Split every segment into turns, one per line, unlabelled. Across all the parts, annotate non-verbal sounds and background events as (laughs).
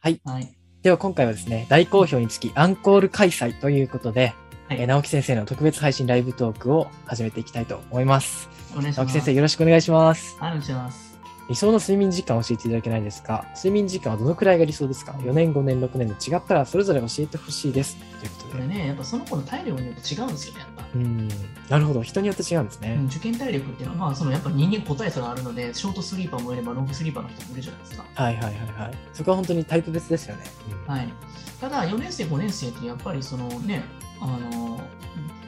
はい
はい。
では今回はですね、大好評につきアンコール開催ということで、
はい
えー直樹先生の特別配信ライブトークを始めていきたいと思います。
お願いし
直
ま
樹
す。
先生、よろしくお願いします。
はい、お願いします。
理想の睡眠時間を教えていただけないですか睡眠時間はどのくらいが理想ですか ?4 年、5年、6年で違ったらそれぞれ教えてほしいです。ということ
こ
で
れ。ね、やっぱその子の体力によって違うんですよね、やっぱ。
うん、なるほど。人によって違うんです
う
ね
ん。受験体力っていうのは、まあ、そのやっぱ人間個体差があるので、ショートスリーパーもいれば、ロングスリーパーの人もいるじゃないですか。
はいはいはいはい。そこは本当にタイプ別ですよね。うん
はい、ただ、4年生、5年生ってやっぱりそのね、あの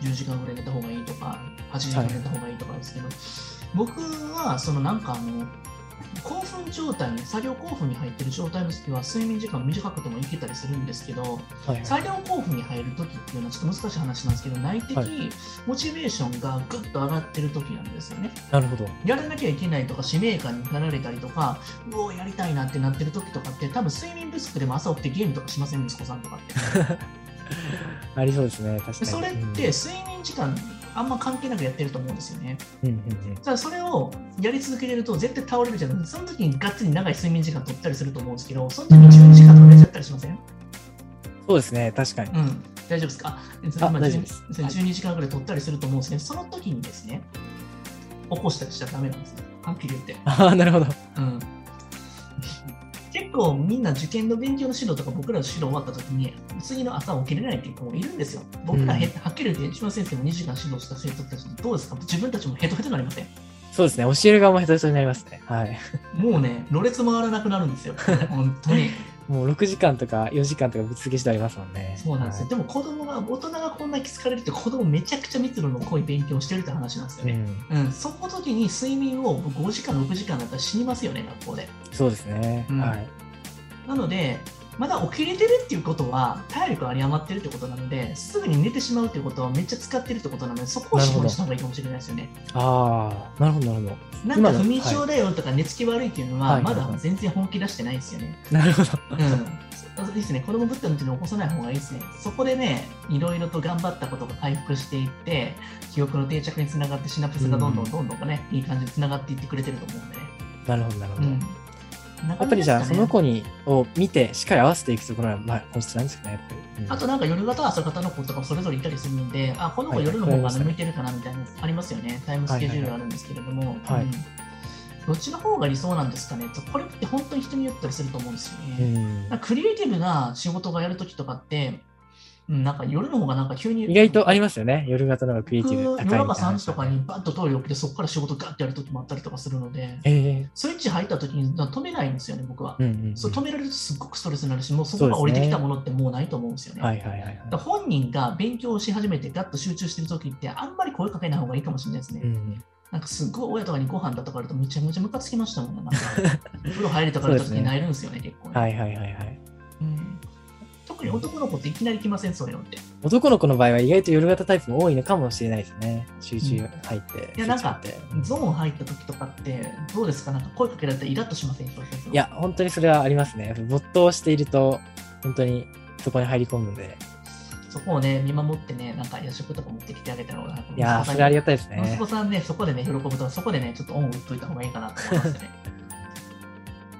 10時間ぐらい寝た方がいいとか、8時間寝た方がいいとかですけど、僕はそのなんかあの、興奮状態に、作業興奮に入ってる状態の時は、睡眠時間短くてもいけたりするんですけど、
はいはい。
作業興奮に入る時っていうのはちょっと難しい話なんですけど、内的
はい
モチベーションがぐっと上がってる時なんですよね。
なるほど。
やらなきゃいけないとか使命感になられたりとかうおやりたいなってなってる時とかって多分睡眠不足でも朝起きてゲームとかしません息子さんとかって
ありそうですね。確か
で
に。
それって睡眠時間あんま関係なくやってると思うんですよね
うん、うんうんうん
ただそれをやり続けてると絶対倒れるじゃないその時にがっつり長い睡眠時間取ったりすると思うんですけどその時10時間とか寝ちゃったりしません
そうですね。確かに。
うん大丈夫ですか
あ
今
大丈夫です
12 12時間ぐらい取ったりすると思うんですけどその時にですね起こしたりしちゃダメなんですよはっきり言って
ああ、なるほど。
うん結構みんな受験の勉強の指導とか僕らの指導終わった時に次の朝起きれないっていう子もいるんですよ。僕らへ、
う
はっきり言って島先生も2時間指導した生徒たちどうですか自分たちもヘトヘトになりません
そうですね。教える側もヘトヘトになりますね。はい。 (laughs)
もうね、ろれつ回らなくなるんですよ。本
(laughs)
当に。
もう6時間とか4時間とかぶつけしてありますもんね。
そうなんですよ。でも子供が、大人がこんな気づかれるって子供めちゃくちゃ密度の濃い勉強してるって話なんですよ
はい。う
ね。
ん。
うん、そこの時に睡眠を5時間、6時間だったら死にますよね、学校で。
そうですね。
うん
はい。
なので、まだ起きれてるっていうことは、体力が有り余ってるってことなので、すぐに寝てしまうっていうことはめっちゃ使ってるってことなので、そこを
なる
指
ほど
導した方がいいかもしれないですよね。
ああ、なるほど、なるほ
なんか
今の
不眠症だよとか寝つき悪いっていうの
は
は、
いは
ま
いはい
だ全然本気出してないですよね。
ど。なるほど。
うん。そうですね、子供ぶったのっていうのを起こさない方がいいですね。そこでね、いろいろと頑張ったことが回復していって、記憶の定着につながって、シナプスがどんどんどんどんね、いい感じにつながっていってくれてると思うんでね。
なるほど、なるほ
う
ど。
ん。
やっぱりじゃあ、その子にを見て、しっかり合わせていくところが、まあ、本質なんですかね、やっぱり。うん
あとなんか夜型、朝型の子とかもそれぞれいたりするんで、あ、この子
はいはい
夜の方
わか
が
りました
向いてるかなみたいなのありますよね。タイムスケジュールあるんですけれども、
はいはいはい
うんどっちの方が理想なんですかねとこれって本当に人によったりすると思うんですよ
う
ね。
ん
なんかクリエイティブな仕事がやるときとかって、うんなんか夜の方がなんか急に。
意外とありますよね。夜型の方がクリエイティブ高い
僕
みた
夜
いな
中3時とかにバッと通り起きて、そこから仕事ガッてやるときもあったりとかするので、
ええ
スイッチ入ったときに止めないんですよね、僕は。
うんうんうん。
そう止められるとすっごくストレスになるし、もうそこから降りてきたものってもうないと思うんですよね。
はいはいはいはい。
だから本人が勉強をし始めてガッと集中してる時ってあんまり声かけない方がいいかもしれないですね。
うん
なんかすっごい親とかにご飯だとかあるとめちゃめちゃムカつきましたもんね。なんか
(laughs)
風呂入るとかある時
そうですね
に泣えるんですよね、結構ね、
はいはいはいはい。
うん。特に男の子っていきなり来ません、そういうのって。
男の子の場合は意外と夜型タイプも多いのかもしれないですね。集中
うん
入って。
いやなんか
集中入って
ゾーン入った時とかってどうですかなんか声かけられたらイラッとしません、そうそうそう
いや、本当にそれはありますね。没頭していると、本当にそこに入り込むので。
そこをね、見守ってね、なんか夜食とか持ってきてあげたら俺なんか
いやー、
息子さん
そ
に
れはありがたいです
息
ね
子。さんね、そこでね、喜ぶとか、そこでね、ちょっとオン打っといた方がいいかなと思います
(laughs)
ね。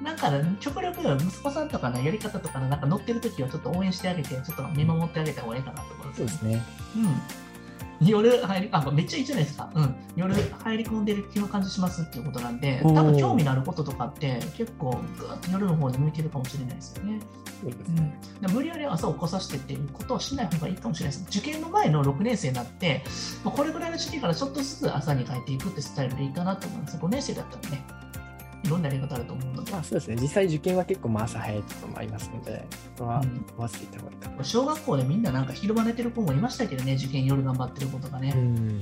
なんか、極力、息子さんとかのやり方とかの、なんか乗ってる時はちょっと応援してあげて、ちょっと見守ってあげた方がいいかなと思います。
そうですね。
うん。夜入り、あ、めっちゃいいじゃないですか。うん。夜入り込んでる気の感じしますっていうことなんで、
おー
多分興味のあることとかって、結構、ぐーっと夜の方に向いてるかもしれないですよね。
そうです
う
ね
ん、で無理やり朝起こさせてっていうことをしない方がいいかもしれないです。受験の前の6年生になって、まあこれぐらいの時期からちょっとずつ朝に変えていくってスタイルでいいかなと思います。5年生だったらね、いろんなやり方あると思うので、
まあそうですね。実際受験は結構まあ朝早いところもありますので、そこは
うん
合わせていった方がいいかな。
小学校でみんななんか昼間寝てる子もいましたけどね、受験夜頑張ってる子とか
う
ね。
ん。
うん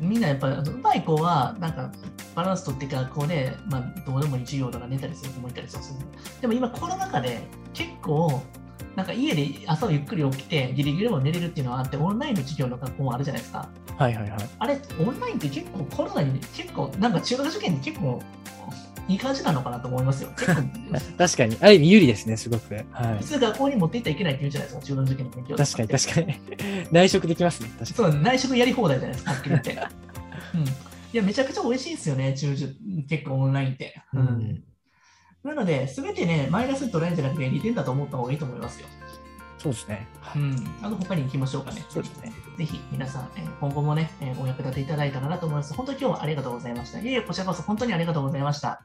みんなやっぱり、うまい子は、なんか、バランス取って学校で、まあ、どうでもいい授業とか寝たりする子もいたりする。でも今、コロナ禍で、結構、なんか家で朝ゆっくり起きて、ギリギリも寝れるっていうのはあって、オンラインの授業の学校もあるじゃないですか。
はいはいはい。
あれ、オンラインって結構コロナに、結構、なんか中学受験に結構、いい感じなのかなと思いますよ。結構、
確かに、ある意味有利ですね、すごく。はい。
普通学校に持っていったらいけないって言うじゃないですか、中学受験の勉強と
確か
っ
に
て
確かに。内職できますね、確か
そう、内職やり放題じゃないですか、はっきり言
(laughs)
って。うん。いや、めちゃくちゃ美味しいですよね、中受、結構オンラインって。
に。うん。
なので、すべてね、マイナス取られるんじゃなくて、利点だと思った方がいいと思いますよ。
そうですね。は
う
い
ん。あと、他に行きましょうかね。
そうですね。
ぜひ皆さん、えー今後もね、えーお役立ていただいたらなと思います。本当に今日はありがとうございました。いえいえ、こちらこそ本当にありがとうございました。